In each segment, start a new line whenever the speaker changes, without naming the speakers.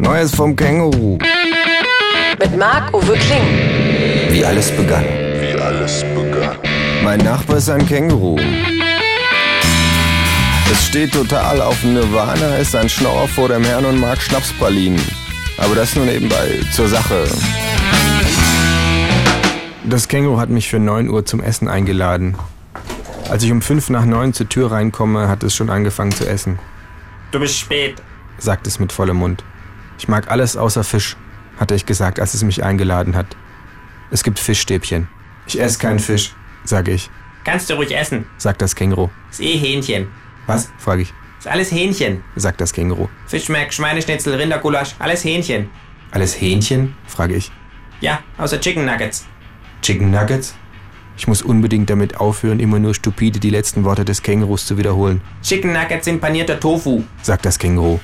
Neues vom Känguru.
Mit Marc-Uwe Kling.
Wie alles begann.
wie alles begann.
Mein Nachbar ist ein Känguru. Es steht total auf Nirvana, ist ein Schnorrer vor dem Herrn und mag Schnapspralinen. Aber das nur nebenbei zur Sache. Das Känguru hat mich für 9 Uhr zum Essen eingeladen. Als ich um 5 nach 9 zur Tür reinkomme, hat es schon angefangen zu essen,
Du bist spät.
sagt es mit vollem Mund. Ich mag alles außer Fisch, hatte ich gesagt, als es mich eingeladen hat. Es gibt Fischstäbchen. Ich esse keinen Fisch, sage ich,
Kannst du ruhig essen.
sagt das Känguru.
Ist eh Hähnchen.
Was? frage ich,
Ist alles Hähnchen.
sagt das Känguru.
Fischmeck, Schweineschnitzel, Rindergulasch, alles Hähnchen.
Alles Hähnchen? frage ich.
Ja, außer Chicken Nuggets.
Chicken Nuggets? Ich muss unbedingt damit aufhören, immer nur stupide die letzten Worte des Kängurus zu wiederholen,
Chicken Nuggets sind panierter Tofu.
sagt das Känguru.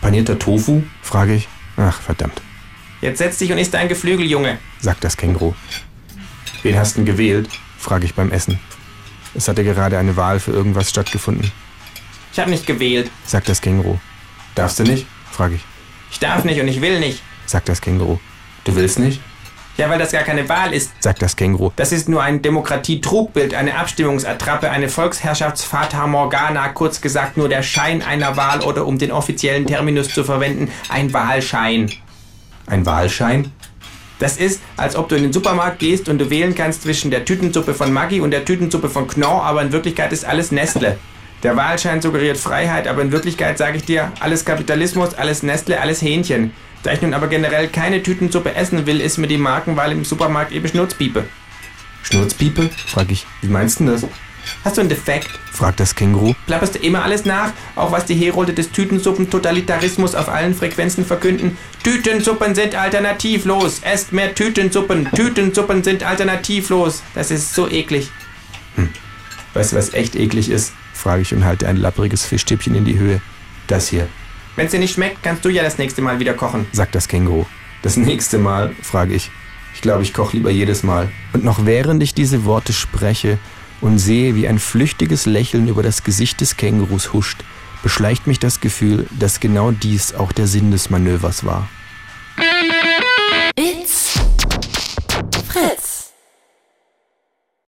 Panierter Tofu? frage ich. Ach, verdammt,
Jetzt setz dich und isst dein Geflügel, Junge.
sagt das Känguru. Wen hast du denn gewählt? frage ich beim Essen. Es hatte gerade eine Wahl für irgendwas stattgefunden,
Ich hab nicht gewählt.
sagt das Känguru. Darfst du nicht? frage ich,
Ich darf nicht und ich will nicht.
sagt das Känguru. Du willst nicht?
Ja, weil das gar keine Wahl ist.
sagt das Känguru.
Das ist nur ein Demokratietrugbild, eine Abstimmungsattrappe, eine Volksherrschaftsfata Morgana, kurz gesagt nur der Schein einer Wahl oder um den offiziellen Terminus zu verwenden, ein Wahlschein.
Ein Wahlschein?
Das ist, als ob du in den Supermarkt gehst und du wählen kannst zwischen der Tütensuppe von Maggi und der Tütensuppe von Knorr, aber in Wirklichkeit ist alles Nestle. Der Wahlschein suggeriert Freiheit, aber in Wirklichkeit sage ich dir, alles Kapitalismus, alles Nestle, alles Hähnchen. Da ich nun aber generell keine Tütensuppe essen will, ist mir die Markenwahl im Supermarkt eben Schnurzpiepe.
Schnurzpiepe? frage ich. Wie meinst du denn das?
Hast du einen Defekt?
fragt das Känguru.
Plapperst du immer alles nach, auch was die Herolde des Tütensuppen-Totalitarismus auf allen Frequenzen verkünden? Tütensuppen sind alternativlos! Esst mehr Tütensuppen! Tütensuppen sind alternativlos! Das ist so eklig.
Hm. Weißt du, was echt eklig ist? frage ich und halte ein lappriges Fischstäbchen in die Höhe. Das hier,
Wenn's dir nicht schmeckt, kannst du ja das nächste Mal wieder kochen.
sagt das Känguru. Das nächste Mal, frage ich. Ich glaube, ich koche lieber jedes Mal. Und noch während ich diese Worte spreche und sehe, wie ein flüchtiges Lächeln über das Gesicht des Kängurus huscht, beschleicht mich das Gefühl, dass genau dies auch der Sinn des Manövers war.